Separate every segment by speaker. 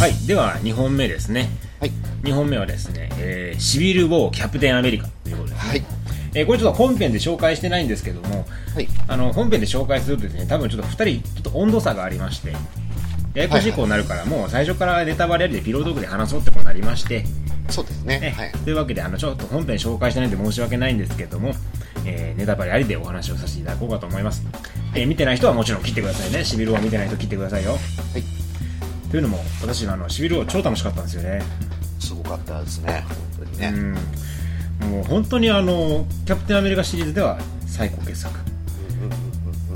Speaker 1: はいでは2本目ですね
Speaker 2: はい
Speaker 1: 2本目はですね、えーシビル・ウォー・キャプテン・アメリカということですね、
Speaker 2: はい
Speaker 1: えーこれちょっと本編で紹介してないんですけども
Speaker 2: はい
Speaker 1: あの本編で紹介するとですね多分ちょっと2人ちょっと温度差がありましてややこしい子になるから、もう最初からネタバレありでピロートークで話そうってことになりまして、
Speaker 2: そうですね
Speaker 1: ね
Speaker 2: はい
Speaker 1: というわけであのちょっと本編紹介してないんで申し訳ないんですけども、えーネタバレありでお話をさせていただこうかと思います、えー見てない人はもちろん切ってくださいねシビルを見てない人切ってくださいよ
Speaker 2: はい
Speaker 1: というのも私あのシビルを超楽しかったんですよね
Speaker 2: すごかったですね本当に
Speaker 1: う
Speaker 2: ね
Speaker 1: んもう本当にあのキャプテンアメリカシリーズでは最高傑作
Speaker 2: うんうんうん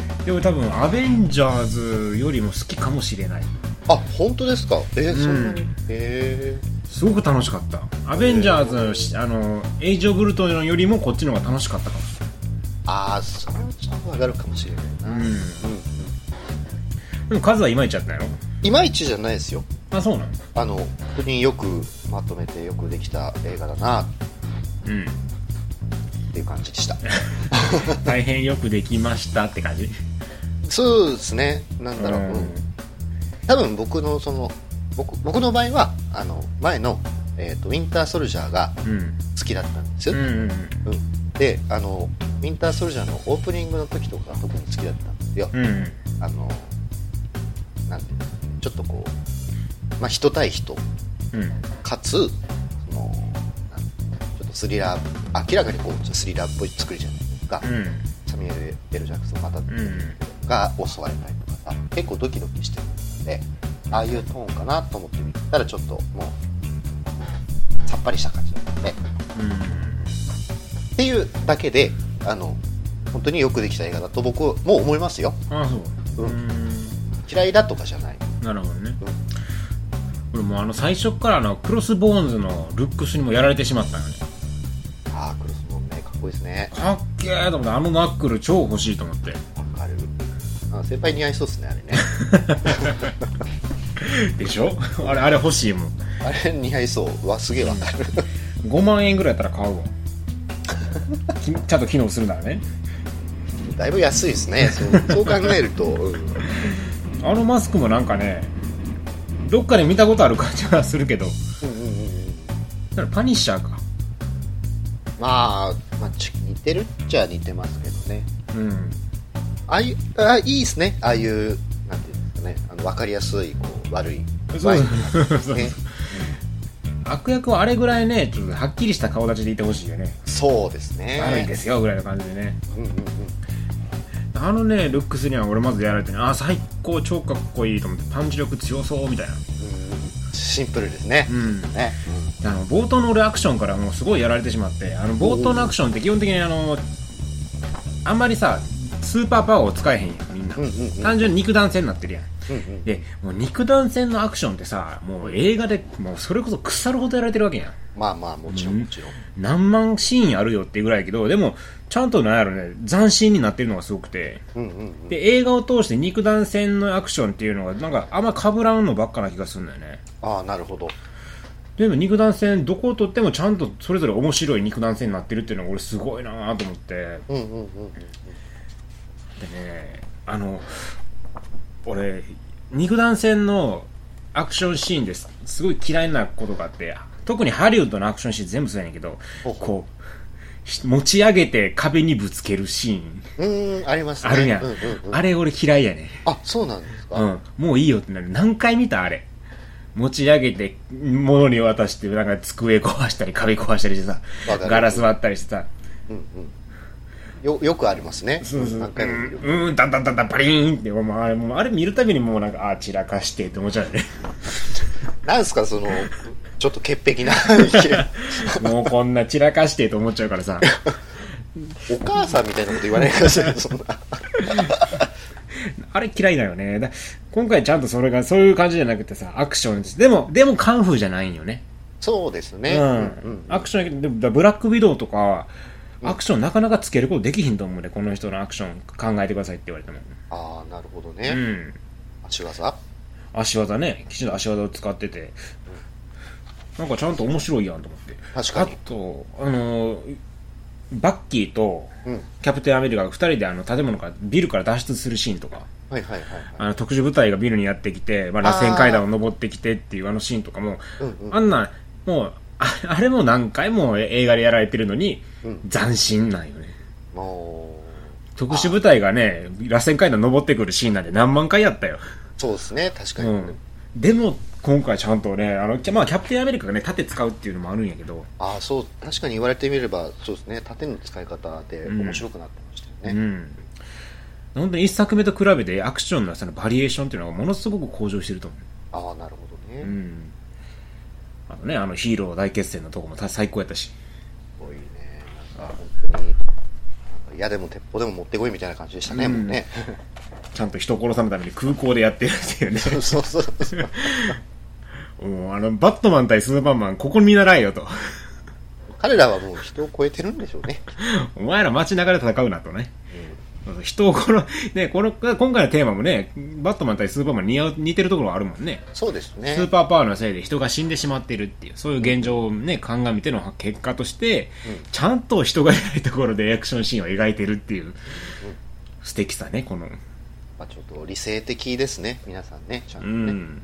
Speaker 2: うん
Speaker 1: でも多分アベンジャーズよりも好きかもしれない
Speaker 2: あ本当ですかえ
Speaker 1: う
Speaker 2: ー
Speaker 1: ん
Speaker 2: そんなにへえ
Speaker 1: すごく楽しかったアベンジャーズのしあのエイジ・オブ・ルトンよりもこっちの方が楽しかったかもし
Speaker 2: ああそれはちょっと上がるかもしれないな
Speaker 1: れ
Speaker 2: う
Speaker 1: な
Speaker 2: ん
Speaker 1: い、
Speaker 2: うん
Speaker 1: うん、でも数はいまいちだったやろ
Speaker 2: いまいちじゃないですよ
Speaker 1: あそうなの
Speaker 2: あの本当によくまとめてよくできた映画だなっ
Speaker 1: うん
Speaker 2: ていう感じで した
Speaker 1: 大変よくできましたって感じ
Speaker 2: そうですねなんだろう、うん多分僕のその僕僕の場合はあの前の、えーと「ウィンター・ソルジャー」が
Speaker 1: うん
Speaker 2: 好きだったんです
Speaker 1: う
Speaker 2: よ、
Speaker 1: んうん
Speaker 2: うんであの「ウィンター・ソルジャー」のオープニングの時とか特に好きだったんですよ、
Speaker 1: うんうん
Speaker 2: あのなんていうのちょっとこう、まあ、人対人
Speaker 1: うん
Speaker 2: かつそのなんちょっとスリラー明らかにこうスリラーっぽい作りじゃないですか、
Speaker 1: うん
Speaker 2: サミュエル・ L ・ジャクソン方
Speaker 1: ん
Speaker 2: が襲われたりとかさ結構ドキドキしてるのでああいうトーンかなと思ってみたらちょっともうさっぱりした感じだったのでっ
Speaker 1: うん
Speaker 2: ていうだけであの本当によくできた映画だと僕もう思いますよ
Speaker 1: あそう
Speaker 2: うん
Speaker 1: ん
Speaker 2: 嫌いだとかじゃない
Speaker 1: なるほどね
Speaker 2: うん
Speaker 1: 俺もうあの最初からあのクロスボーンズのルックスにもやられてしまったのね
Speaker 2: ああクロスボーンねかっこいいですね
Speaker 1: かっけーと思ってあのナックル超欲しいと思って
Speaker 2: わかるあ先輩似合いそうですねあれ ね
Speaker 1: でしょあれあれ欲しいもん
Speaker 2: あれ似合いそううわすげえわかる
Speaker 1: 5万円ぐらいやったら買うわきちゃんと機能するならね
Speaker 2: だいぶ安いですねそうそう考えると、うん
Speaker 1: あのマスクもなんかねどっかで見たことある感じはするけど
Speaker 2: うんうんうんうん
Speaker 1: だからパニッシャーか
Speaker 2: まあ、まあ、ち似てるっちゃ似てますけどね
Speaker 1: うん
Speaker 2: ああいうあいいですねああいうなんていうんですかねあの分かりやすいこう悪い
Speaker 1: そう
Speaker 2: い
Speaker 1: そうそうそう
Speaker 2: ね
Speaker 1: 悪役はあれぐらいねちょっとはっきりした顔立ちでいてほしいよね、
Speaker 2: そうですね
Speaker 1: 悪いですよぐらいの感じでね
Speaker 2: うんうんうん
Speaker 1: あのねルックスには俺まずやられてねあー最高超かっこいいと思ってパンチ力強そうみたいな
Speaker 2: うんシンプルですね、
Speaker 1: うん
Speaker 2: ね、
Speaker 1: あの冒頭の俺アクションからもうすごいやられてしまってあの冒頭のアクションって基本的にあのあんまりさスーパーパワーを使えへんやんみんな、
Speaker 2: うんうんうん
Speaker 1: 単純に肉弾戦になってるやん
Speaker 2: うんうん
Speaker 1: でもう肉弾戦のアクションってさもう映画でもうそれこそ腐るほどやられてるわけやん
Speaker 2: まあまあもちろ
Speaker 1: うんん
Speaker 2: もちろん、
Speaker 1: 何万シーンあるよっていうぐらいやけどでもちゃんとなんやろね斬新になってるのがすごくて
Speaker 2: うんうんうん、
Speaker 1: で映画を通して肉弾戦のアクションっていうのがなんかあんま被らんのばっかな気がするんだよね
Speaker 2: ああなるほど
Speaker 1: でも肉弾戦どこを取ってもちゃんとそれぞれ面白い肉弾戦になってるっていうのが俺すごいなと思ってで
Speaker 2: うんうんうんうん
Speaker 1: ねあの俺肉弾戦のアクションシーンですすごい嫌いなことがあって特にハリウッドのアクションシーン全部そうやねんけど
Speaker 2: ほうほう
Speaker 1: こうし持ち上げて壁にぶつけるシーン
Speaker 2: うーんありますね
Speaker 1: あるやん、
Speaker 2: うんうんうん、
Speaker 1: あれ俺嫌いやねん
Speaker 2: あそうなんですか、
Speaker 1: うん、もういいよってなる何回見たあれ持ち上げて物に渡してなんか机壊したり壁壊したりしてさ
Speaker 2: わかる
Speaker 1: ガラス割ったりしてさ
Speaker 2: うんうん、よよくありますね
Speaker 1: そうそうう
Speaker 2: 何回も見る
Speaker 1: んうんダンダンダンダンパリーンってもうあれもうあれ見るたびにもうなんかあー散らかしてって思っちゃうよ ね
Speaker 2: なんですかそのちょっと潔癖な
Speaker 1: もうこんな散らかしてと思っちゃうからさ
Speaker 2: お母さんみたいなこと言わないかもしれないそんな
Speaker 1: あれ嫌いだよねだ今回ちゃんとそれがそういう感じじゃなくてさアクションですでもでもカンフーじゃないんよね
Speaker 2: そうですね、
Speaker 1: う
Speaker 2: うんん、
Speaker 1: アクションやけどでもだブラックビドウとかアクションなかなかつけることできひんと思うねこの人のアクション考えてくださいって言われても
Speaker 2: ああなるほど
Speaker 1: う
Speaker 2: ね、
Speaker 1: ん
Speaker 2: 足技
Speaker 1: 足技ねきちんと足技を使っててなんかちゃんと面白いやんと思って
Speaker 2: 確かに
Speaker 1: あとあのーバッキーと
Speaker 2: うん
Speaker 1: キャプテンアメリカが2人であの建物からビルから脱出するシーンとか
Speaker 2: はいはいはいはい
Speaker 1: あの特殊部隊がビルにやってきて、まあ、螺旋階段を登ってきてっていうあのシーンとかも、
Speaker 2: うんうん
Speaker 1: あんなん、もう、ああれも何回も映画でやられてるのに、
Speaker 2: うん
Speaker 1: 斬新なんよね。
Speaker 2: も
Speaker 1: 特殊部隊がね、螺旋階段登ってくるシーンなんて何万回やったよ。
Speaker 2: うそうですね確かに、
Speaker 1: うん。でも、今回ちゃんとね、あの、キャまあ、キャプテンアメリカがね、盾使うっていうのもあるんやけど、
Speaker 2: ああそう確かに言われてみればそうですね盾の使い方で面白くなってました
Speaker 1: う
Speaker 2: よね、
Speaker 1: ん。本当に一作目と比べてアクションのそのバリエーションっていうのがものすごく向上してると思
Speaker 2: ああなるほどね、
Speaker 1: う。うん。あのね、あのヒーロー大決戦のとこもた最高やったし。
Speaker 2: すごいねなんか本当になんか矢でも鉄砲でも持ってこいみたいな感じでしたね、
Speaker 1: うん
Speaker 2: もうね
Speaker 1: ちゃんと人を殺さないために空港でやってるっていう ね。
Speaker 2: そうそうそうそう
Speaker 1: もうあの、バットマン対スーパーマン、ここ見習えよと。
Speaker 2: 彼らはもう人を超えてるんでしょうね、
Speaker 1: お前ら街中で戦うなとね。人を殺、ね、この、今回のテーマもね、バットマン対スーパーマンに似合う似てるところはあるもんね。
Speaker 2: そうですね
Speaker 1: スーパーパワーのせいで人が死んでしまってるっていう、そういう現状をね、鑑みての結果として、ちゃんと人がいないところでアクションシーンを描いてるっていう、素敵さね、この。
Speaker 2: まあ、ちょっと理性的ですね皆さんねちゃん
Speaker 1: う
Speaker 2: とね、
Speaker 1: ん。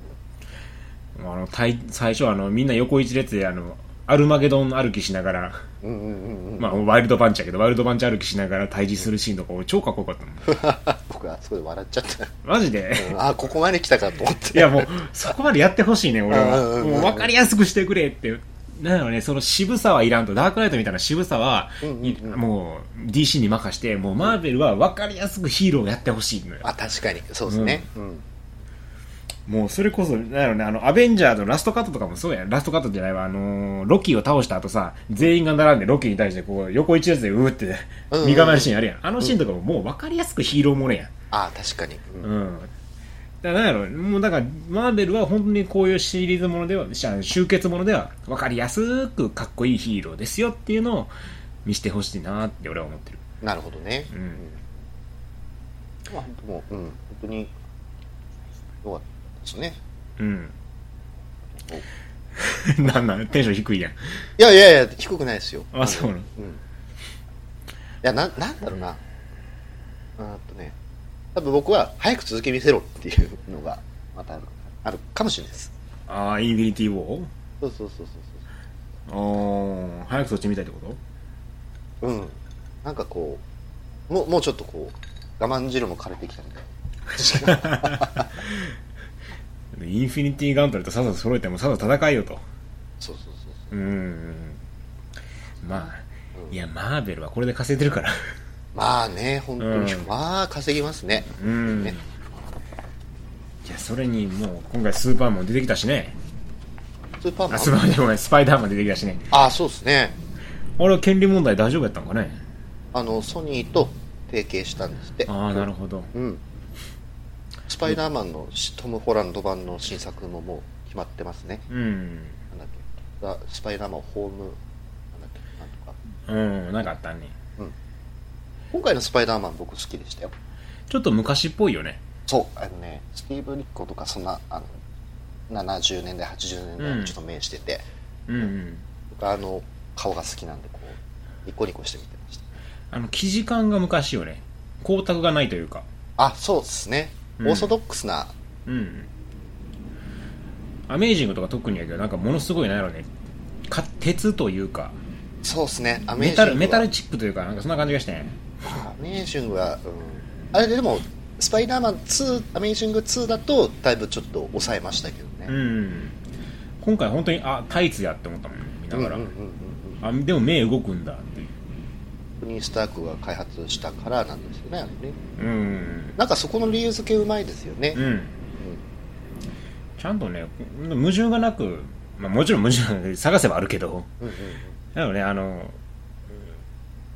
Speaker 1: あの、対最初はあの、みんな横一列であの、アルマゲドン歩きしながら、
Speaker 2: うんうんうんうん
Speaker 1: まあ、ワイルドパンチやけど、ワイルドパンチ歩きしながら対峙するシーンとか、俺超かっこよかったもん。
Speaker 2: 僕はあそこで笑っちゃった
Speaker 1: マジで
Speaker 2: ああここまで来たかと思っ
Speaker 1: い
Speaker 2: て
Speaker 1: や、もう、そこまでやってほしいね、俺
Speaker 2: うんうん
Speaker 1: は。
Speaker 2: うんうん
Speaker 1: もう、分かりやすくしてくれって。なのね、その渋さはいらんと、ダークナイトみたいな渋さは、
Speaker 2: うん
Speaker 1: いもう、DC に任して、もう、マーベルは分かりやすくヒーローをやってほしいのよ。
Speaker 2: あ確かにそうですね、うん
Speaker 1: もう、それこそ、なのね、あの、アベンジャーのラストカットとかもそうやん。ラストカットじゃないわ、あのーロキを倒した後さ、全員が並んでロキに対して、こう、横一列でうーって、
Speaker 2: うんうん
Speaker 1: 身構えるシーンあるやん。あのシーンとかも、もう分かりやすくヒーローものやん。
Speaker 2: ああ確かに、うん
Speaker 1: うん。だからなんやろもうだから、マーベルは本当にこういうシリーズものでは、しあ集結ものでは、分かりやすくかっこいいヒーローですよっていうのを見せてほしいなって俺は思ってる。
Speaker 2: なるほどね。
Speaker 1: うん
Speaker 2: まあ、本当もう、うん、本当に、よかったですね。
Speaker 1: うん。なんなんテンション低いやん。
Speaker 2: いやいやいや、低くないですよ。
Speaker 1: あそうなの
Speaker 2: うん。いや、な、なんだろうな。あとね、多分僕は、早く続け見せろっていうのが、またあるあるかもしれないです。
Speaker 1: ああ、インフィニティ・ウォ
Speaker 2: そうそうそうそう
Speaker 1: ーああ、早くそっち見たいってこと
Speaker 2: そう。うん。なんかこう、もう、もうちょっとこう、我慢汁も枯れてきたみたいな。
Speaker 1: インフィニティ・ガントレットさっさと揃えてもさっさと戦いよと。
Speaker 2: そうそうそうそう。
Speaker 1: うん。まあ、いや、マーベルはこれで稼いでるから。
Speaker 2: まあね、本当に、
Speaker 1: うん
Speaker 2: まあ稼ぎますね。
Speaker 1: うん。
Speaker 2: ね
Speaker 1: いや、それにもう、今回スーパーマン出てきたしね。
Speaker 2: スーパーマ
Speaker 1: あ、
Speaker 2: ン
Speaker 1: スーパーマンじゃないスパイダーマン出てきたしね。
Speaker 2: ああ、そうですね。
Speaker 1: あれは権利問題大丈夫やったんかね。
Speaker 2: あの、ソニーと提携したんですって。
Speaker 1: ああ、なるほど。
Speaker 2: うん。スパイダーマンのしトム・ホランド版の新作ももう決まってますね。
Speaker 1: うん。
Speaker 2: なんだっけ。ザスパイダーマンホーム、なんだっけ、なんとか。
Speaker 1: うん、なんかあったね。
Speaker 2: 今回のスパイダーマン僕好きでしたよ。
Speaker 1: ちょっと昔っぽいよね。
Speaker 2: そう、あのね、スティーブ・リッコとかそんな、あの、70年代、80年代
Speaker 1: うん
Speaker 2: にちょっと面してて、
Speaker 1: うん、うん。
Speaker 2: 僕はあの、顔が好きなんで、こう、ニコニコして見てました。
Speaker 1: あの、生地感が昔よね。光沢がないというか。
Speaker 2: あ、そうですね。オ
Speaker 1: うん
Speaker 2: ーソドックスな、
Speaker 1: うん。アメージングとか特にやけど、なんかものすごいなんやろね。か鉄というか、
Speaker 2: そうですね、アメー
Speaker 1: メ
Speaker 2: ジン
Speaker 1: タ
Speaker 2: グ
Speaker 1: ル、
Speaker 2: は
Speaker 1: メタルチックというか、なんかそんな感じがしてね。
Speaker 2: アメージングは、うん、あれでも、スパイダーマン2、アメージング2だと、だいぶちょっと抑えましたけど
Speaker 1: う
Speaker 2: ね。
Speaker 1: ん。今回本当に、あ、タイツやって思ったもん、見ながら。
Speaker 2: うんうんうんうんうん
Speaker 1: あ、でも目動くんだっていう。
Speaker 2: トニー・スタークが開発したからなんですよね、あれね。
Speaker 1: うん。
Speaker 2: なんかそこの理由付けうまいですよね。
Speaker 1: うん。ちゃんとね、矛盾がなく、まあもちろん矛盾、探せばあるけど、
Speaker 2: うんうんうん
Speaker 1: でもね、あの、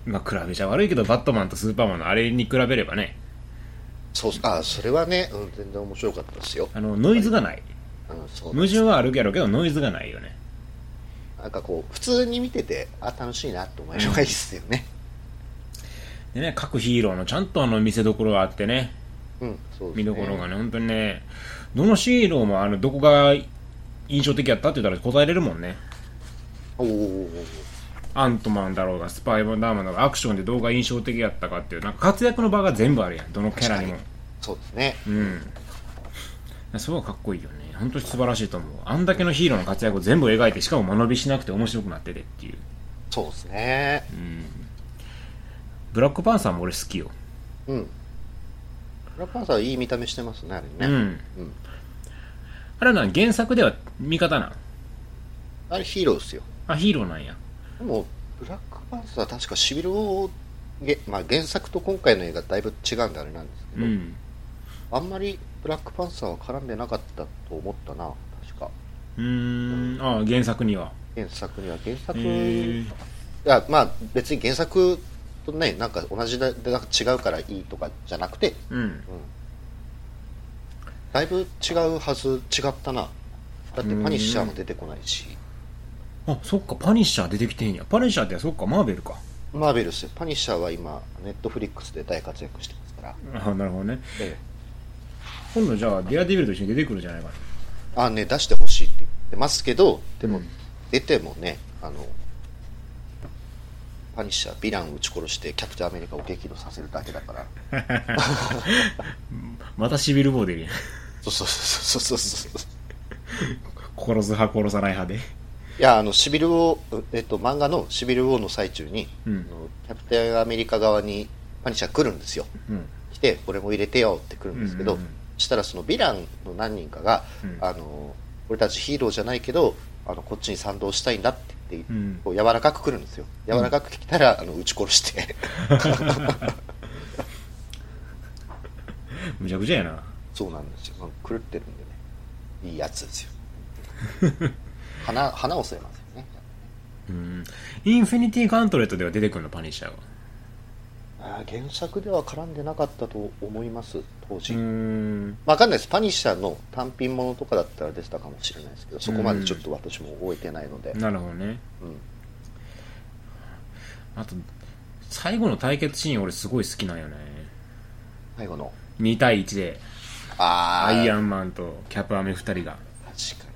Speaker 1: まあ比べちゃ悪いけど、バットマンとスーパーマンのあれに比べればね、
Speaker 2: そうあそれはね、うん、全然面白かったですよ。
Speaker 1: あの、ノイズがない。
Speaker 2: うん、そう
Speaker 1: 矛盾はあるやろうけど、ノイズがないよね。
Speaker 2: なんかこう、普通に見てて、あ、楽しいなって思えるのがいいですよね。
Speaker 1: でね、各ヒーローのちゃんとあの見せどころがあってね、
Speaker 2: うん、そうですね。
Speaker 1: 見どころがね、本当にね、どのヒーローもあの、どこが印象的やったって言ったら答えれるもんね。
Speaker 2: おー
Speaker 1: アントマンだろうが、スパイダーマンだろうが、アクションで動画印象的やったかっていう、なんか活躍の場が全部あるやん、どのキャラにも。
Speaker 2: そうですね。
Speaker 1: うん。そうはかっこいいよね。本当に素晴らしいと思う。あんだけのヒーローの活躍を全部描いて、しかも間延びしなくて面白くなっててっていう。
Speaker 2: そうですね。
Speaker 1: ブラックパンサーも俺好きよ。
Speaker 2: うん。ブラックパンサーいい見た目してますね、あれ
Speaker 1: う
Speaker 2: ね。
Speaker 1: ん。
Speaker 2: うん。
Speaker 1: あれはな、原作では味方なん。
Speaker 2: あれヒーローですよ。
Speaker 1: あ、ヒーローなんや。
Speaker 2: でも、ブラックパンサー確かシビルを、げまあ、原作と今回の映画だいぶ違うんであれなんです
Speaker 1: う
Speaker 2: けど、
Speaker 1: ん。
Speaker 2: あんまりブラックパンサーは絡んでなかったと思ったな、確か。
Speaker 1: うーん。あ原作には。
Speaker 2: 原作には原作、
Speaker 1: へ
Speaker 2: い
Speaker 1: ー
Speaker 2: やまあ別に原作とねなんか同じでなんか違うからいいとかじゃなくて、
Speaker 1: うん。
Speaker 2: うん、だいぶ違うはず違ったなだってパニッシャーも出てこないし、
Speaker 1: あ、そっか、パニッシャー出てきてんや。パニッシャーって、そっか、マーベルか。
Speaker 2: マーベルスパニッシャーは今ネットフリックスで大活躍してますから、
Speaker 1: あ、なるほどね。
Speaker 2: ええ
Speaker 1: 今度じゃあ、ディアデビルと一緒に出てくるんじゃないかな。
Speaker 2: あね出してほしいって言ってますけど
Speaker 1: でも、
Speaker 2: 出てもねあのパニッシャーヴィランを撃ち殺してキャプテンアメリカを激怒させるだけだから
Speaker 1: またシビルボーデルや。
Speaker 2: そうそうそうそうそうそう
Speaker 1: 殺す派、殺さない派で。
Speaker 2: いやあのシビル王、うえっと、漫画の「シビル王」の最中に、
Speaker 1: うん
Speaker 2: あのキャプテンアメリカ側にパニッシャー来るんですよ
Speaker 1: うん。
Speaker 2: 来て「俺も入れてよ」って来るんですけど、
Speaker 1: うんうんうん
Speaker 2: そしたらそのヴィランの何人かが、
Speaker 1: うん
Speaker 2: あの「俺たちヒーローじゃないけどあのこっちに賛同したいんだ」って言って、
Speaker 1: うん
Speaker 2: こう柔らかく来るんですよ柔らかく来たら、あの撃ち殺して
Speaker 1: むちゃくちゃやな。
Speaker 2: そうなんですよまあ狂ってるんでねいいやつ ですよ花花を添えますよね
Speaker 1: うん。インフィニティ・ガントレットでは出てくるの、パニッシャーは。
Speaker 2: あー原作では絡んでなかったと思います当時、
Speaker 1: ん。
Speaker 2: わかんないです。パニッシャーの単品ものとかだったら出てたかもしれないですけど、そこまでちょっと私も覚えてないので。
Speaker 1: なるほどね。
Speaker 2: うん
Speaker 1: あと、最後の対決シーン俺すごい好きなんよね。
Speaker 2: 最後の。
Speaker 1: 2対1で、
Speaker 2: あ
Speaker 1: アイ
Speaker 2: ン。
Speaker 1: アンマンとキャプアメ2人が。
Speaker 2: 確か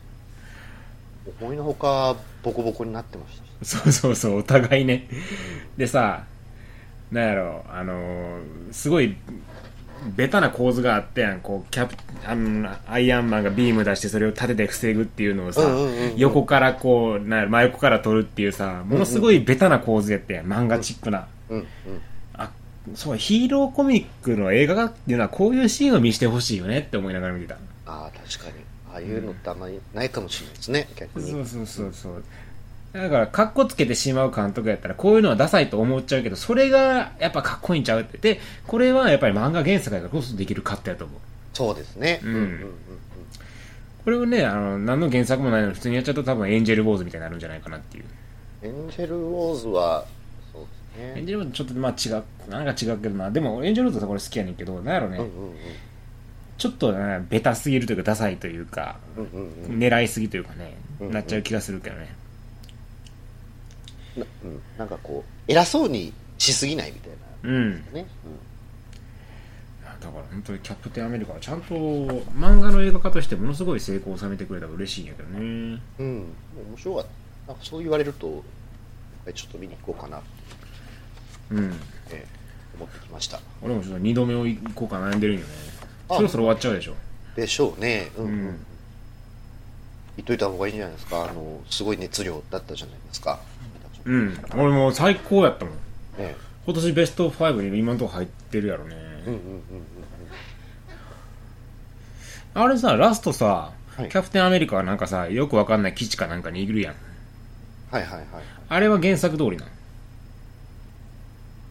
Speaker 2: に。思いのほか、ボコボコになってましたし。
Speaker 1: そうそうそう、お互いね。でさ、なんやろう、あのーすごい、ベタな構図があってやん、こう、キャプ、あの、アイアンマンがビーム出してそれを立てて防ぐっていうのをさ、
Speaker 2: うんうんうんうん
Speaker 1: 横からこう、なんやろ真横から撮るっていうさ、ものすごいベタな構図やってやん、漫画チックな。
Speaker 2: うん、うん。
Speaker 1: あ、そう、ヒーローコミックの映画っていうのはこういうシーンを見せてほしいよねって思いながら見てた。
Speaker 2: ああ、確かに。ああいうのってあんまりないかもしれないですね、逆
Speaker 1: そう
Speaker 2: に。
Speaker 1: そうそうそうだからかっこつけてしまう監督やったらこういうのはダサいと思っちゃうけどそれがやっぱかっこいいんちゃうってでこれはやっぱり漫画原作やからこそできるカットやと思う
Speaker 2: そうですね。
Speaker 1: うん
Speaker 2: うん、うん、うん。
Speaker 1: これをねあの何の原作もないのに普通にやっちゃうと多分エンジェル坊主みたいになるんじゃないかなっていう
Speaker 2: エンジェルウォーズは、そうです
Speaker 1: エン
Speaker 2: ね。
Speaker 1: ジェル坊主ちょっとまあ違うなんか違うけどなでもエンジェル坊主はこれ好きやねんけどなんやろね、
Speaker 2: うん、うん、うん。
Speaker 1: ちょっとねベタすぎるというかダサいというか
Speaker 2: うん、うん、うん。
Speaker 1: 狙いすぎというかね、
Speaker 2: うん
Speaker 1: なっちゃう気がするけどね
Speaker 2: なうん、なんかこう、偉そうにしすぎないみたい
Speaker 1: うん
Speaker 2: な。ね。うん。
Speaker 1: だから本当にキャプテンアメリカはちゃんと漫画の映画化としてものすごい成功を収めてくれたら嬉しいんやけどね
Speaker 2: うん、面白かった。なんかそう言われると、ちょっと見に行こうかなって、
Speaker 1: うん
Speaker 2: えー思ってきました。
Speaker 1: 俺もちょっと2度目を行こうか悩んでるんよね
Speaker 2: あ
Speaker 1: そろそろ終わっちゃうでしょ
Speaker 2: でしょうね。うん、うん。
Speaker 1: うん
Speaker 2: 言っといた方がいいんじゃないですか。あの、すごい熱量だったじゃないですか。
Speaker 1: うん俺もう最高やったもん
Speaker 2: ね、
Speaker 1: 今年ベスト5に今のとこ入ってるやろね、
Speaker 2: うんうんうんうん。
Speaker 1: あれさラストさ、
Speaker 2: はい
Speaker 1: キャプテンアメリカはなんかさよくわかんない基地かなんかにいるやん
Speaker 2: はいはいは
Speaker 1: あれは原作通りな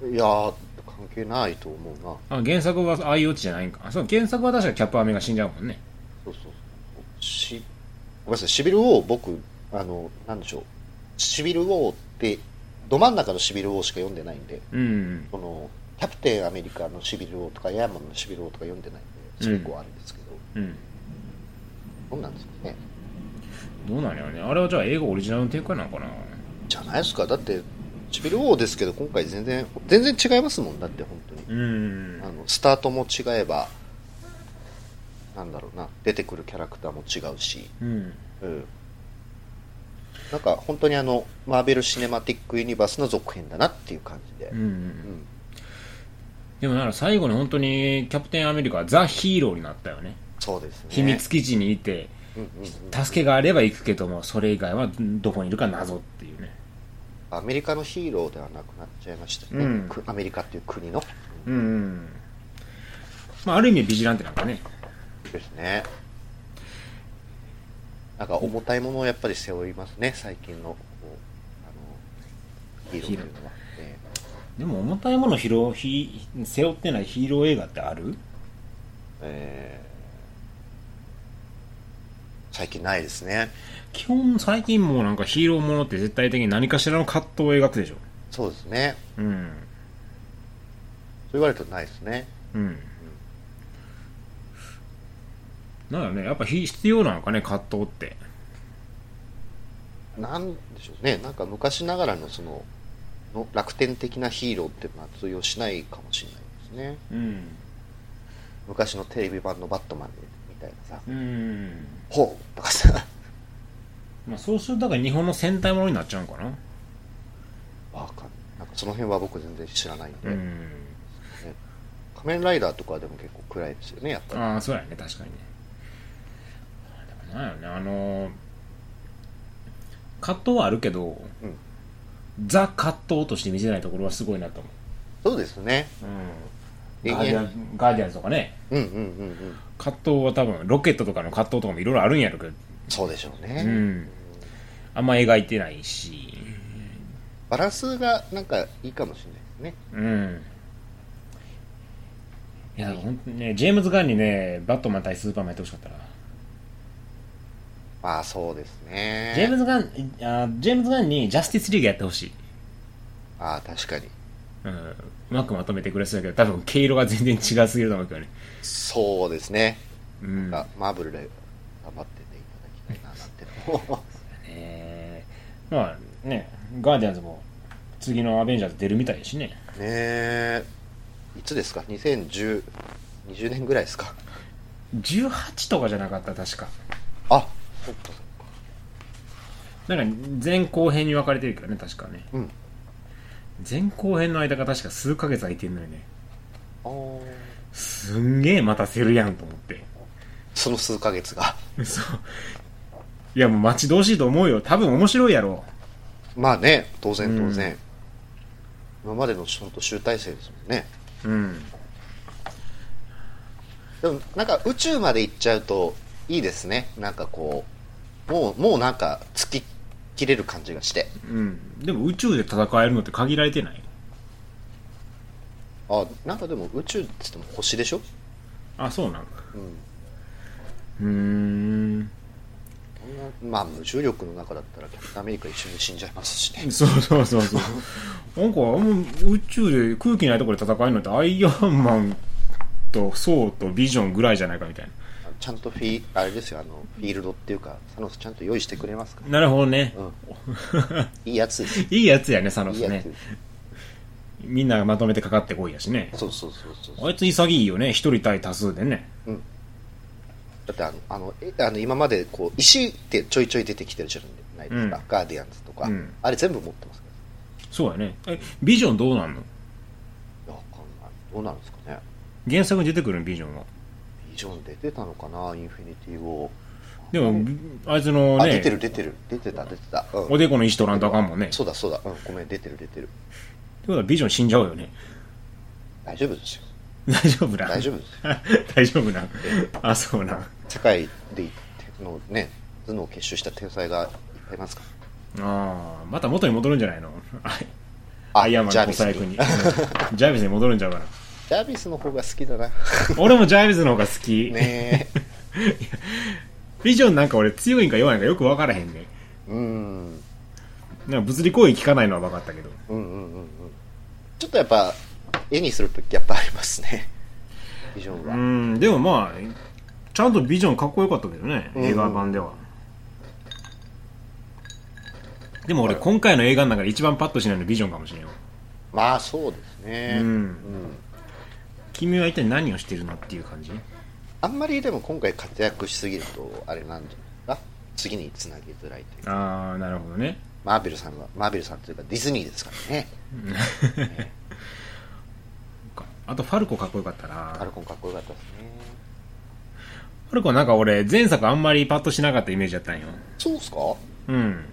Speaker 1: ん
Speaker 2: い。いやー、関係ないと思うな。
Speaker 1: あ原作はああいうオチじゃないんかあそう原作は確かキャプアメが死んじゃうもんね
Speaker 2: そうそうそう。し、ごめんなさい、シビル王、僕、あの、なんでしょう。シビル王って、ど真ん中のシビル王しか読んでないんで。
Speaker 1: うん
Speaker 2: このキャプテンアメリカのシビル王とかヤーマンのシビル王とか読んでないんで、それ以降あるんですけど、
Speaker 1: うん
Speaker 2: どうなんですかね。
Speaker 1: どうなんやろねあれはじゃあ映画オリジナルの展開なのかな
Speaker 2: じゃないですか、だって、シビル王ですけど、今回全然、全然違いますもんだって、本当に。
Speaker 1: うん
Speaker 2: あのスタートも違えば、なんだろうな、出てくるキャラクターも違うし、
Speaker 1: うん
Speaker 2: うん。なんか本当にあの、マーベル・シネマティック・ユニバースの続編だなっていう感じで。
Speaker 1: う
Speaker 2: うんん。
Speaker 1: でもなんか最後に本当にキャプテンアメリカはザ・ヒーローになったよね
Speaker 2: そうですね
Speaker 1: 秘密基地にいて、
Speaker 2: うんうんうん
Speaker 1: 助けがあれば行くけどもそれ以外はどこにいるか謎っていうね
Speaker 2: アメリカのヒーローではなくなっちゃいましたね、
Speaker 1: うん
Speaker 2: くアメリカっていう国の
Speaker 1: うん、うんまあ、ある意味ビジランテなんかね
Speaker 2: ですねなんか重たいものをやっぱり背負いますね最近のこうあのヒーローというのは、え
Speaker 1: でも重たいものを拾うひ背負ってないヒーロー映画ってある
Speaker 2: ーえー最近ないですね
Speaker 1: 基本最近もうなんかヒーローものって絶対的に何かしらの葛藤を描くでしょ
Speaker 2: そうですね
Speaker 1: うん
Speaker 2: そう言われるとないですね
Speaker 1: うんなんだろうねやっぱひ必要なのかね葛藤って
Speaker 2: なんでしょうねなんか昔ながらのそのの楽天的なヒーローっていうのは通用しないかもしれないですね
Speaker 1: うん
Speaker 2: 昔のテレビ版の「バットマン」みたいなさ
Speaker 1: うん
Speaker 2: 「ほう」とかさ
Speaker 1: まあそうするとだから日本の戦隊ものになっちゃうんかな
Speaker 2: わかんないなんかその辺は僕全然知らないん
Speaker 1: う
Speaker 2: で、
Speaker 1: ん
Speaker 2: 仮面ライダーとかでも結構暗いですよねやっぱり
Speaker 1: ああそうやね確かにねでもなんやろねあのー葛藤はあるけど、
Speaker 2: うん
Speaker 1: ザ葛藤として見せないところはすごいなと思
Speaker 2: そうですね
Speaker 1: う、
Speaker 2: 永
Speaker 1: ガーディア
Speaker 2: 遠
Speaker 1: ンガーディアンズとかね
Speaker 2: うんうんうんうん
Speaker 1: 葛藤は多分ロケットとかの葛藤とかもいろいろあるんやろうけど、
Speaker 2: そうでしょうね、
Speaker 1: うん、あんま描いてないし
Speaker 2: バランスがなんかいいかもしれないです
Speaker 1: う
Speaker 2: ね
Speaker 1: んいや本当にねジェームズ・ガンにねバットマン対スーパーマンやってほしかったな
Speaker 2: まあそうですね
Speaker 1: ジェームズ・ガンあジェームズ・ガンにジャスティス・リーグやってほしい
Speaker 2: ああ確かに
Speaker 1: うんうまくまとめてくれそうだけど多分毛色が全然違すぎると思うけどね
Speaker 2: そうですね、
Speaker 1: うん
Speaker 2: あマーブルで頑張ってねいただきたいななんてのも
Speaker 1: えー、まあねガーディアンズも次のアベンジャーズ出るみたいだしね
Speaker 2: ねえいつですか2010 20年ぐらいですか
Speaker 1: 18とかじゃなかった確か
Speaker 2: あそっかそっか
Speaker 1: なんか前後編に分かれてるけどね確かね
Speaker 2: うん
Speaker 1: 前後編の間が確か数ヶ月空いてんのよね
Speaker 2: あー
Speaker 1: すんげえ待たせるやんと思って
Speaker 2: その数ヶ月が
Speaker 1: そういやもう待ち遠しいと思うよ多分面白いやろ
Speaker 2: まあね、当然
Speaker 1: うん
Speaker 2: 当然。今までの本当集大成ですもんね。
Speaker 1: うん
Speaker 2: でもなんか宇宙まで行っちゃうといいですね。なんかこう、もう、もうなんか突き切れる感じがして。
Speaker 1: うんでも宇宙で戦えるのって限られてない
Speaker 2: あ、なんかでも宇宙って言っても星でしょ
Speaker 1: あそうなんか
Speaker 2: うん。
Speaker 1: うーん
Speaker 2: こんなまあ無重力の中だったらキャプテンアメリカ一緒に死んじゃいますしね。
Speaker 1: そうそうそうそう なんかもう宇宙で空気ないところで戦えるのってアイアンマンとソウとビジョンぐらいじゃないかみたいな
Speaker 2: ちゃんとフィー、あれですよ、あの、フィールドっていうか、サノスちゃんと用意してくれますから。
Speaker 1: なるほどね、
Speaker 2: うん。 いいやつです。
Speaker 1: いいやつやねサノ
Speaker 2: い
Speaker 1: ス
Speaker 2: いやつ
Speaker 1: ね
Speaker 2: です。
Speaker 1: みんなまとめてかかってこいやしね
Speaker 2: そうそうそうそうそう。
Speaker 1: あいつ潔いよね一人対多数でね
Speaker 2: だってあのあのえあの今までこう石ってちょいちょい出てきてるじゃないですか、
Speaker 1: うん
Speaker 2: ガーディアンズとか、
Speaker 1: うん
Speaker 2: あれ全部持ってますか
Speaker 1: そうやねえビジョンどうなんの
Speaker 2: らいやわかんないどうなんですかね
Speaker 1: 原作に出てくるのビジョンは
Speaker 2: ビジョンで出たのかなインフィニティを
Speaker 1: でもビあいつの
Speaker 2: あ出てる
Speaker 1: ね
Speaker 2: 出てる出てた出てた、うん
Speaker 1: おでこの石取らんとあかんもんねって
Speaker 2: そうだそうだ、うん、ごめん出てる出てる
Speaker 1: ことはビジョン死んじゃうよね
Speaker 2: 大丈夫ですよ
Speaker 1: 大丈夫な
Speaker 2: 大丈夫ですよ
Speaker 1: 大丈夫なあそうな
Speaker 2: 世界でのね頭脳を結集した天才がいっぱいいますから
Speaker 1: ああまた元に戻るんじゃないのあ
Speaker 2: あ
Speaker 1: アイアンマン
Speaker 2: ジャ
Speaker 1: の
Speaker 2: ー
Speaker 1: 小
Speaker 2: ビス
Speaker 1: 細
Speaker 2: に
Speaker 1: 工にうんジャービスに戻るんちゃうかな
Speaker 2: ジャービスの方が好きだな
Speaker 1: 俺もジャービスの方が好き、
Speaker 2: ね え
Speaker 1: ビジョンなんか俺強いんか弱いんかよく分からへんね
Speaker 2: うん
Speaker 1: なんか物理行為効かないのは分かったけど
Speaker 2: うんうんうんうんちょっとやっぱ絵にするとやっぱありますね ビジョン
Speaker 1: う
Speaker 2: は、
Speaker 1: んでもまあちゃんとビジョンかっこよかったけどね
Speaker 2: うん
Speaker 1: 映画版では、でも俺今回の映画の中で一番パッとしないのビジョンかもしれんよ
Speaker 2: まあそうですね
Speaker 1: うん
Speaker 2: ん
Speaker 1: 君は一体何をしてるのっていう感じ
Speaker 2: あんまりでも今回活躍しすぎるとあれなんじゃないですか次につなげづらいという
Speaker 1: ああなるほどね
Speaker 2: マーベルさん はマーベルさんというかディズニーですからね
Speaker 1: あとファルコかっこよかったな
Speaker 2: ファルコンかっこよかったですね。
Speaker 1: ファルコなんか俺前作あんまりパッとしなかったイメージだったんよ
Speaker 2: そうっすか
Speaker 1: うん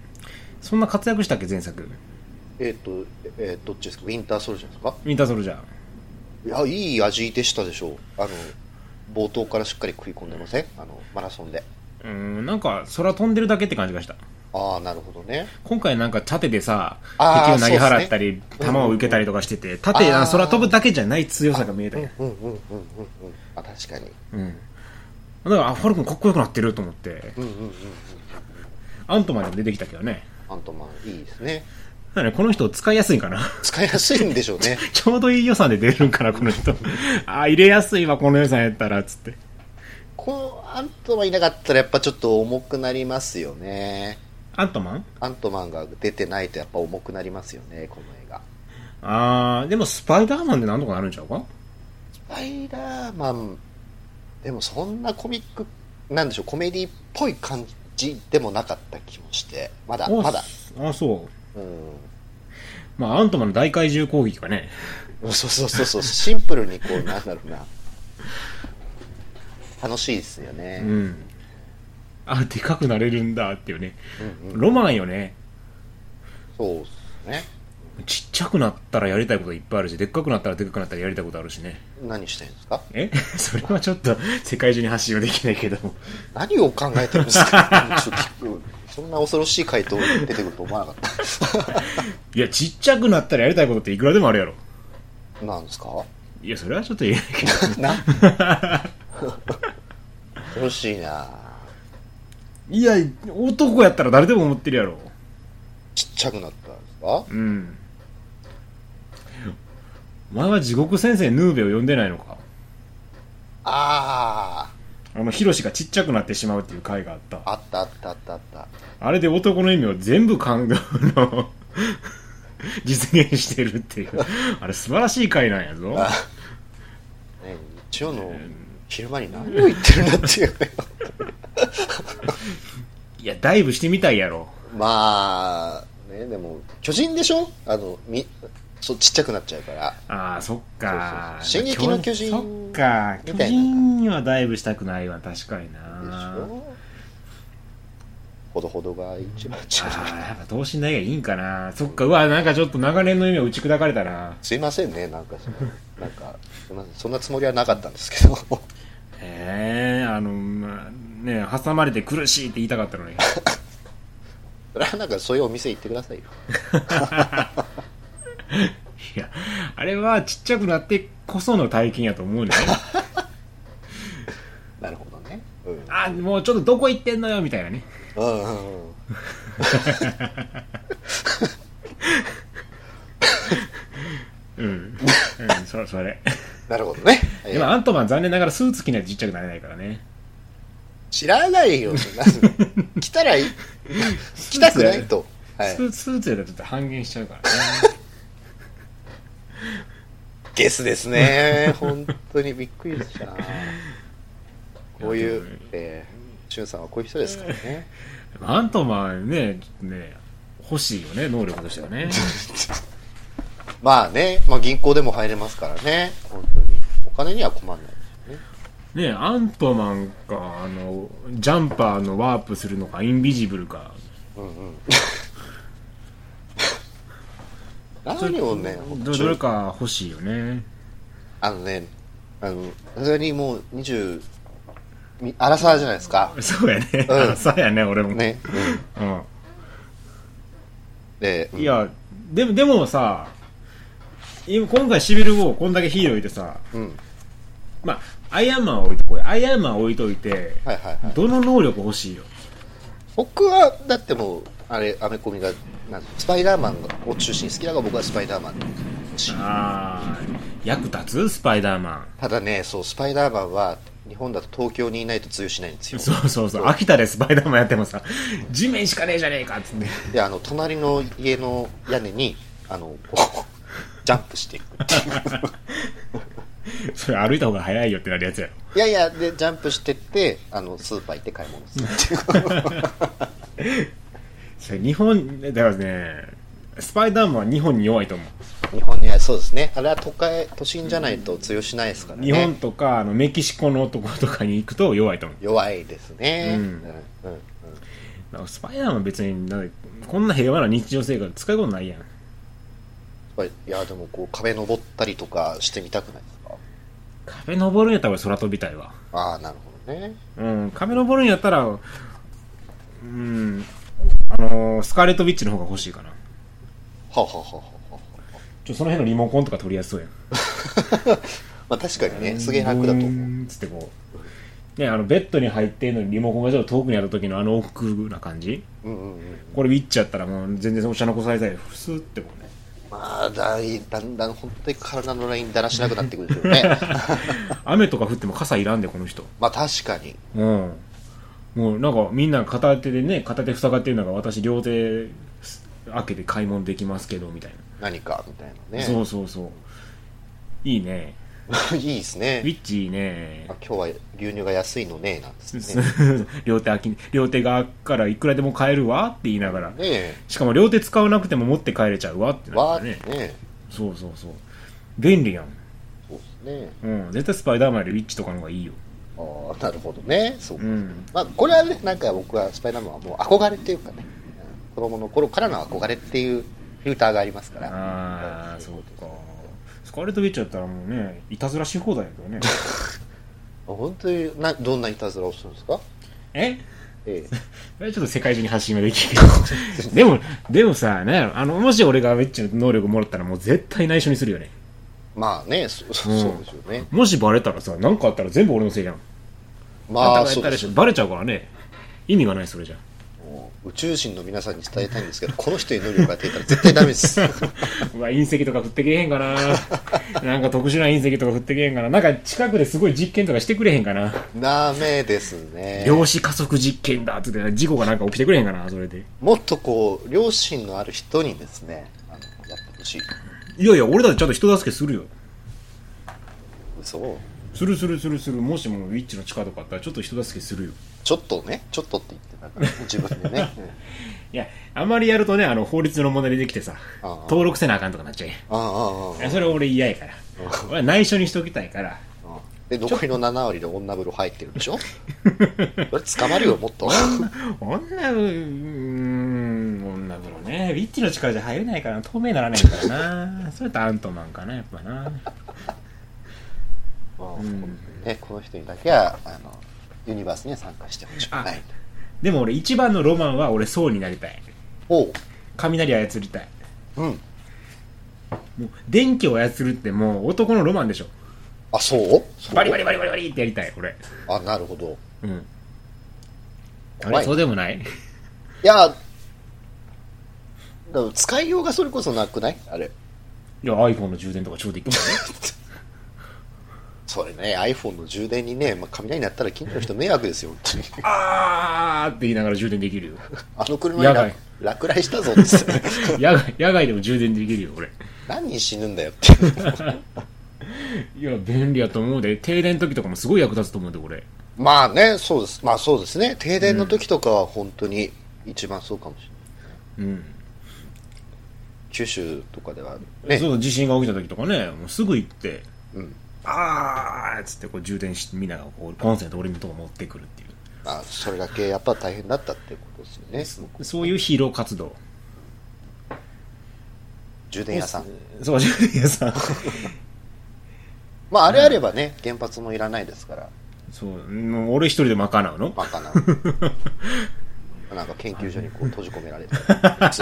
Speaker 1: そんな活躍したっけ前作
Speaker 2: えっ、と、えーどっちですかウィンターソルジャーですか
Speaker 1: ウィンターソルジャー
Speaker 2: いや、いい味でしたでしょう。あの、冒頭からしっかり食い込んでませんあの、マラソンで。
Speaker 1: うんなんか空飛んでるだけって感じがした
Speaker 2: ああ、なるほどね。
Speaker 1: 今回なんか盾でさ
Speaker 2: あー
Speaker 1: 敵を投げ払ったり、
Speaker 2: すね
Speaker 1: 弾を受けたりとかしてて盾
Speaker 2: あ
Speaker 1: あ
Speaker 2: ー
Speaker 1: 空飛ぶだけじゃない強さが見えたよ
Speaker 2: うんうんうんうんうん。あ、確かに。
Speaker 1: うんだからあファルコンかっこよくなってると思って
Speaker 2: うんうんうんうん。
Speaker 1: アントマンでも出てきたけどね
Speaker 2: アントマン、いいですね。
Speaker 1: だからねこの人使いやすいんかな
Speaker 2: 使いやすいんでしょうね。
Speaker 1: ちょうどいい予算で出るんかなこの人あー入れやすいわこの予算やったらつって
Speaker 2: このアントマンいなかったらやっぱちょっと重くなりますよね。
Speaker 1: アントマン
Speaker 2: アントマンが出てないとやっぱ重くなりますよね、この映画。
Speaker 1: あーでもスパイダーマンでなんとかなるんちゃうか
Speaker 2: スパイダーマン、でもそんなコミック、なんでしょう、コメディっぽい感じでもなかった気もして、まだ、
Speaker 1: お
Speaker 2: まだ。
Speaker 1: あそう
Speaker 2: うん。
Speaker 1: まあアントマンの大怪獣攻撃かね
Speaker 2: そうそうそうそう、シンプルにこう、なんだろうな。楽しいですよ
Speaker 1: う
Speaker 2: ね。
Speaker 1: んあでかくなれるんだっていうね
Speaker 2: うんうん
Speaker 1: ロマンよね
Speaker 2: そうですね。
Speaker 1: ちっちゃくなったらやりたいこといっぱいあるしでっかくなったらでっかくなったらやりたいことあるしね
Speaker 2: 何してるんですか
Speaker 1: え それはちょっと世界中に発信はできないけど
Speaker 2: 何を考えてるんですか ちょっとそんな恐ろしい回答出てくると思わなかっ
Speaker 1: いやちっちゃくなったらやりたいことっていくらでもあるやろ
Speaker 2: た。なんですか
Speaker 1: いやそれはちょっと言えないけど
Speaker 2: な 恐ろしいない
Speaker 1: や男やったら誰でも思ってるやろ
Speaker 2: ちっちゃくなったんですか
Speaker 1: うんお前は地獄先生ヌーベを呼んでないのか
Speaker 2: あ
Speaker 1: あのヒロシがちっちゃくなってしまうっていう回があった
Speaker 2: あ、あったあったあったあった。
Speaker 1: あれで男の意味を全部感動の実現してるっていうあれ素晴らしい回なんやぞ
Speaker 2: あね、日曜の昼間に何を言ってるんだっていう ね。
Speaker 1: いやダイブしてみたいやろ
Speaker 2: まあ、ね、でも、巨人でしょあの、み、そう、ちっちゃくなっちゃうから。
Speaker 1: ああそっか
Speaker 2: そうそうそう進撃の巨人
Speaker 1: そっか巨
Speaker 2: みたいな
Speaker 1: 人にはダイブしたくないわ確かにな
Speaker 2: でしょほどほどが一番違う。
Speaker 1: ああやっぱ等身大がいいんかなそっかうわなんかちょっと長年の夢を打ち砕かれたな
Speaker 2: すいませんね、なんかその、 なんか、すいません、そんなつもりはなかったんですけど。
Speaker 1: へえあのまあね挟まれて苦しいって言いたか ったのに
Speaker 2: それはなんかそういうお店行ってくださいよ。
Speaker 1: いやあれはちっちゃくなってこその体験やと思う ね
Speaker 2: なるほどね。うん。
Speaker 1: あもうちょっとどこ行ってんのよみたいなね
Speaker 2: うんうんうん。
Speaker 1: うん、う ん、そそれ
Speaker 2: なるほどね。はい
Speaker 1: でもアントマン残念ながらスーツ着ないとちっちゃくなれないからね
Speaker 2: 知らないよ、そんな の来たらいい、来たくないと。はい
Speaker 1: ス。ースーツやったらちょっと半減しちゃうからね
Speaker 2: ゲスですね。本当にびっくりしたな。こうい
Speaker 1: いやで
Speaker 2: う
Speaker 1: も、
Speaker 2: えー、しゅんさんはこういう人ですからね。
Speaker 1: アントマンねちょっとね欲しいよね能力としてはね
Speaker 2: まあね、まあ銀行でも入れますからね。本当に。お金には困らないですよね。
Speaker 1: ねアントマンかあのジャンパーのワープするのかインビジブルか
Speaker 2: うんうん。 何をね、本当
Speaker 1: ど
Speaker 2: に
Speaker 1: どれか欲しいよね
Speaker 2: あのね、あの、さすがにもう20、みアラサーじゃないですか。
Speaker 1: そうやね、
Speaker 2: う ん
Speaker 1: そうやね俺も、
Speaker 2: ね。うん
Speaker 1: うん
Speaker 2: で、うん
Speaker 1: いやでもでもさ今今回シビル・ウォーこんだけヒーローいてさ
Speaker 2: うん。
Speaker 1: まあアイアンマンは置いてこいアイアンマンは置いといて
Speaker 2: はいはいはい。
Speaker 1: どの能力欲しいよ
Speaker 2: 僕はだってもうあれアメコミがなんスパイダーマンを中心に好きだから僕はスパイダーマンで欲しい
Speaker 1: ああ役立つスパイダーマ
Speaker 2: ただねそうスパイダーマンは日本だと東京にいないと通用しないんです
Speaker 1: ン
Speaker 2: よ
Speaker 1: そうそうそう秋田でスパイダーマンやってもさ地面しかねえじゃねえかっつって
Speaker 2: であの隣の家の屋根にあのこうジャンプしていくっていう
Speaker 1: それ歩いた方が早いよってなるやつやろ
Speaker 2: いやいやでジャンプしてってあのスーパー行って買い物するっていう
Speaker 1: それ日本だからねスパイダーマンは日本に弱いと思う
Speaker 2: 日本にはそうですね。あれは都会、都心じゃないと通用しないですからね。
Speaker 1: 日本とか、あの、メキシコの男とかに行くと弱いと思う。
Speaker 2: 弱いですね。
Speaker 1: うん
Speaker 2: うんうん
Speaker 1: だからスパイダーマンは別になんか、こんな平和な日常生活使うことないやん。
Speaker 2: やっぱりいや、でもこう壁登ったりとかしてみたくないですか
Speaker 1: 壁登るんやったら俺空飛びたいわ。
Speaker 2: ああ、なるほどね。
Speaker 1: うん、壁登るんやったら、うん、あのースカーレットビッチの方が欲しいかな。
Speaker 2: はあ、はあはあはあは
Speaker 1: ちょ、その辺のリモコンとか取りやすそうやん。
Speaker 2: あ、まあ確かにね、すげえ楽だと思う。
Speaker 1: う。つってこう。ね、あの、ベッドに入ってんのにリモコンがちょっと遠くにある時のあの奥な感じ。
Speaker 2: うんうんうん。
Speaker 1: これウィッチやったらもう全然お茶の子されたり、ふすってこうね。
Speaker 2: まあ、だいだんだん本当に体のラインだらしなくなってくるでしょうね。
Speaker 1: 雨とか降っても傘いらんで、この人。
Speaker 2: まあ確かに。
Speaker 1: うん。もうなんかみんな片手でね、片手塞がってるのが私両手開けて買い物できますけど、みたい
Speaker 2: 何か、みたい
Speaker 1: な。
Speaker 2: なね。
Speaker 1: そうそうそう。いいね。
Speaker 2: いいです
Speaker 1: ウィ
Speaker 2: ね。
Speaker 1: ッチいいね
Speaker 2: あ。今日は牛乳が安いのね、なんですね。ね
Speaker 1: 両手開き、両手側からいくらでも買えるわって言いながら。
Speaker 2: え。
Speaker 1: しかも両手使わなくても持って帰れちゃうわってな
Speaker 2: わ
Speaker 1: っ
Speaker 2: ー
Speaker 1: たね。
Speaker 2: ねえ。
Speaker 1: そうそうそう。便利やん。
Speaker 2: そうですね。
Speaker 1: うん。絶対スパイダーマンよりウィッチとかの方がいいよ。
Speaker 2: ああ、なるほどね。そうか
Speaker 1: うん。
Speaker 2: まあ、これはね、なんか僕はスパイダーマンはもう憧れっていうかね、うん子供の頃からの憧れっていうフィルターがありますから。
Speaker 1: ああ、
Speaker 2: ん
Speaker 1: そうか。スカーレット・ウィッチやったらもうね、いたずらし放題やけ どね。
Speaker 2: 本当にな、どんないたずらをするんですか
Speaker 1: え
Speaker 2: ええ。
Speaker 1: それはちょっと世界中に発信がで きる でも、でもさ、なんやろあの、もし俺がウィッチの能力もらったらもう絶対内緒にするよね。
Speaker 2: まあね、そそ
Speaker 1: うん
Speaker 2: そうですよね。
Speaker 1: もしバレたらさ、何かあったら全部俺のせいやん。
Speaker 2: ま
Speaker 1: あんたが
Speaker 2: あ、
Speaker 1: や
Speaker 2: そ
Speaker 1: っ
Speaker 2: う
Speaker 1: た
Speaker 2: で
Speaker 1: ですしょ
Speaker 2: よ。
Speaker 1: バレちゃうからね。意味がない、それじゃ。
Speaker 2: もう宇宙人の皆さんに伝えたいんですけど、この人に能力が出たら絶対ダ メです。
Speaker 1: うわ、隕石とか降ってけえへんかな。なんか特殊な隕石とか降ってけえへんかな。なんか近くですごい実験とかしてくれへんかな。
Speaker 2: ダメですね。
Speaker 1: 量子加速実験だっつって、事故がなんか起きてくれへんかな、それで。
Speaker 2: もっとこう、良心のある人にですね、あのやってほしい。
Speaker 1: いやいや、俺だってちゃんと人助けするよ。
Speaker 2: そう。
Speaker 1: するするするする。もしもウィッチの力とかあったらちょっと人助けするよ。
Speaker 2: ちょっとね、ちょっとって言ってたから、自分で ね。うん
Speaker 1: いや、あまりやるとね、あの、法律の問題でできてさ、
Speaker 2: ああ
Speaker 1: 登録せなあかんとかなっちゃうやん
Speaker 2: ああああああ
Speaker 1: いや。それ俺嫌やから。俺は内緒にしときたいから。
Speaker 2: で残りの7割で女風呂入ってる んでしょそれ捕まるよもっと
Speaker 1: 女、うーん、女風呂ね。ウィッチの力じゃ入れないから、透明ならないからな。それとアントマンかな、やっぱな。うん
Speaker 2: ね、この人にだけはあのユニバースには参加してほしくない
Speaker 1: でも俺一番のロマンは俺そうになりたい。
Speaker 2: おう
Speaker 1: 雷操りたい。
Speaker 2: うん
Speaker 1: もう電気を操るってもう男のロマンでしょ。
Speaker 2: あそう
Speaker 1: バリバリバリバリバリってやりたい、俺。
Speaker 2: あなるほど
Speaker 1: うん。あ
Speaker 2: 怖
Speaker 1: れ、
Speaker 2: い
Speaker 1: そうでもない
Speaker 2: いやだから使いようがそれこそなくないあれ
Speaker 1: いや、iPhone の充電とか超できるからね。
Speaker 2: それね iPhone の充電にね、まあ、雷になったら近所の人迷惑ですよ本当に
Speaker 1: あーって言いながら充電できるよ。
Speaker 2: あの車
Speaker 1: や
Speaker 2: に
Speaker 1: ばい
Speaker 2: 落落雷したぞって
Speaker 1: 野外、野外でも充電できるよ、俺。
Speaker 2: 何人死ぬんだよって
Speaker 1: いや、便利やと思うで。停電の時とかもすごい役立つと思うで、俺。
Speaker 2: まあね、そうです。まあそうですね。停電の時とかは本当に一番そうかもしれない。
Speaker 1: うん。
Speaker 2: 九州とかではね。
Speaker 1: そう、地震が起きた時とかね、もうすぐ行って、
Speaker 2: うん。
Speaker 1: あーっつってこう充電して、みんながこう、コンセント俺のとこ持ってくるっていう。
Speaker 2: まあそれだけやっぱ大変だったってことですよね。すごく
Speaker 1: そういうヒーロー活動。
Speaker 2: 充電屋さん。
Speaker 1: そう、充電屋 さん。
Speaker 2: まああれあればね、原発もいらないですから、
Speaker 1: そう、もう俺一人で賄うの
Speaker 2: バ カな。なんか研究所にこう閉じ込められ てる。ず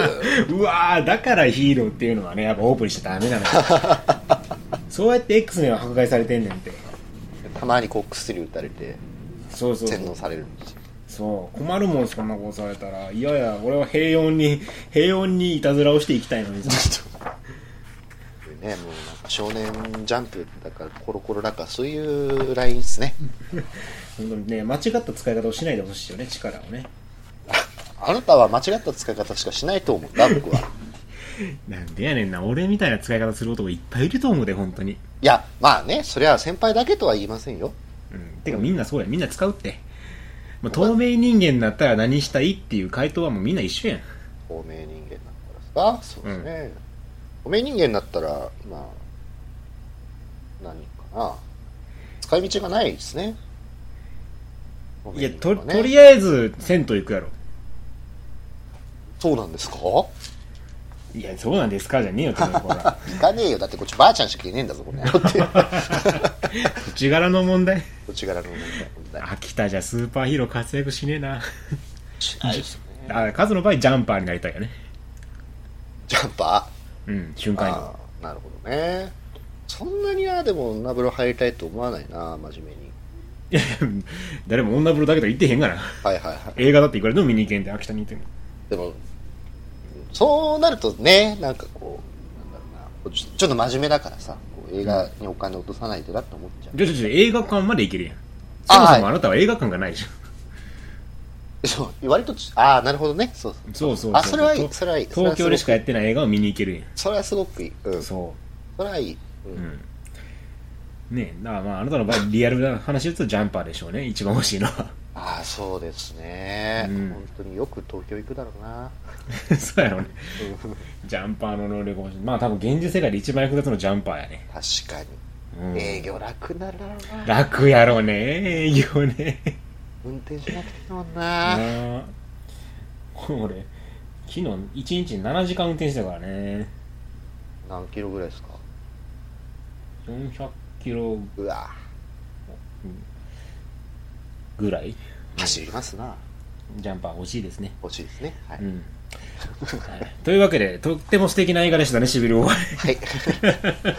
Speaker 2: ーっ
Speaker 1: うわー、だからヒーローっていうのはね、やっぱオープンしちゃダメ なのよそうやって X メンは迫害されてんねんって。
Speaker 2: とたまにこう薬打たれて
Speaker 1: そうそうそう
Speaker 2: 洗脳されるんですよ。
Speaker 1: そう困るもんそんなことされたらいやいや俺は平穏に平穏にいたずらをしていきたいのに
Speaker 2: ね、もうなんか少年ジャンプだからコロコロだからそういうラインですね。
Speaker 1: 本当にね間違った使い方をしないでほしいよね力をね
Speaker 2: あなたは間違った使い方しかしないと思うんだ、僕は。
Speaker 1: なんでやねんな俺みたいな使い方する男いっぱいいると思うで本当に
Speaker 2: いや、まあね、そりゃ先輩だけとは言いませんよ。
Speaker 1: うんてかみんなそうやみんな使うってもう透明人間になったら何したいっていう回答はもうみんな一緒やん
Speaker 2: 透明人間なんからさ、そうですね。透明人間だったら、まあ、何かな。使い道がないですね。透明
Speaker 1: いや
Speaker 2: 人
Speaker 1: と
Speaker 2: 間はね
Speaker 1: とりあえず銭湯行くやろ
Speaker 2: そうなんですか
Speaker 1: いやそうなんですかじゃねえよってのはこれ は
Speaker 2: 行かねえよ。だってこっちばあちゃんしかいねえんだ ぞ、これ。って。
Speaker 1: 土地柄の問題
Speaker 2: どっち柄の問題問題。
Speaker 1: 秋田じゃスーパーヒーロー活躍しねえな
Speaker 2: しないですね。
Speaker 1: あカズの場合ジャンパーになりたいよね
Speaker 2: ジャンパ
Speaker 1: うん瞬
Speaker 2: ー
Speaker 1: 間移
Speaker 2: あ
Speaker 1: 動
Speaker 2: ーなるほどね。そんなにな、でも、女風呂入りたいと思わないな、真面目に。
Speaker 1: いやいや誰も女風呂だけと言ってへんがな
Speaker 2: はいはいはい。
Speaker 1: 映画だっていくらでも見に行けんで秋田にいても
Speaker 2: でも、そうなるとね、なんかこう、なんだろうな、ちょちょっと真面目だからさ、こう映画にお金落とさないとなって思っちゃう。
Speaker 1: じゃあじゃあじゃあ映画館まで行けるやんそ
Speaker 2: あ
Speaker 1: もそも
Speaker 2: はい
Speaker 1: あなたは映画館がないじゃ
Speaker 2: そう、割とち、ああ、なるほどね、そう。
Speaker 1: んそうそう
Speaker 2: あそれはいい
Speaker 1: と
Speaker 2: それはいい
Speaker 1: 東京でしかやってない映画を見に行けるや
Speaker 2: それはすごくいい。うん
Speaker 1: ん。そ
Speaker 2: それはいい。う。
Speaker 1: ううんんねえだからまああなたの場合リアルな話で言うとジャンパーでしょうね一番欲しいのは
Speaker 2: ああ、そうですね、
Speaker 1: うん
Speaker 2: 本当によく東京行くだろうな。
Speaker 1: そうやろねジャンパーの能力欲しいまあ多分現実世界で一番役立つのジャンパーやね、
Speaker 2: 確かに。
Speaker 1: うん、
Speaker 2: 営業楽ならな。
Speaker 1: 楽やろうね営業ね
Speaker 2: 運転しなくていいもん
Speaker 1: な
Speaker 2: な。
Speaker 1: あ俺昨日1日に7時間運転してたからね
Speaker 2: 何キロぐらいですか
Speaker 1: 400キロ
Speaker 2: うわ
Speaker 1: ぐらい
Speaker 2: 走りますな。
Speaker 1: ジャンパー欲しいですね
Speaker 2: 欲しいですね。はい。
Speaker 1: うん、はいというわけでとっても素敵な映画でしたね「しびる終わ
Speaker 2: はい。
Speaker 1: り」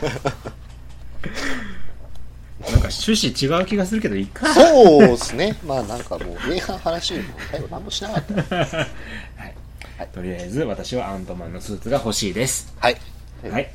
Speaker 1: なんか趣旨違う気がするけどいいか、
Speaker 2: そうですね。まあなんかもう前半話にも最後何もしなかった。
Speaker 1: はい、とりあえず私はアントマンのスーツが欲しいです
Speaker 2: はい。
Speaker 1: はい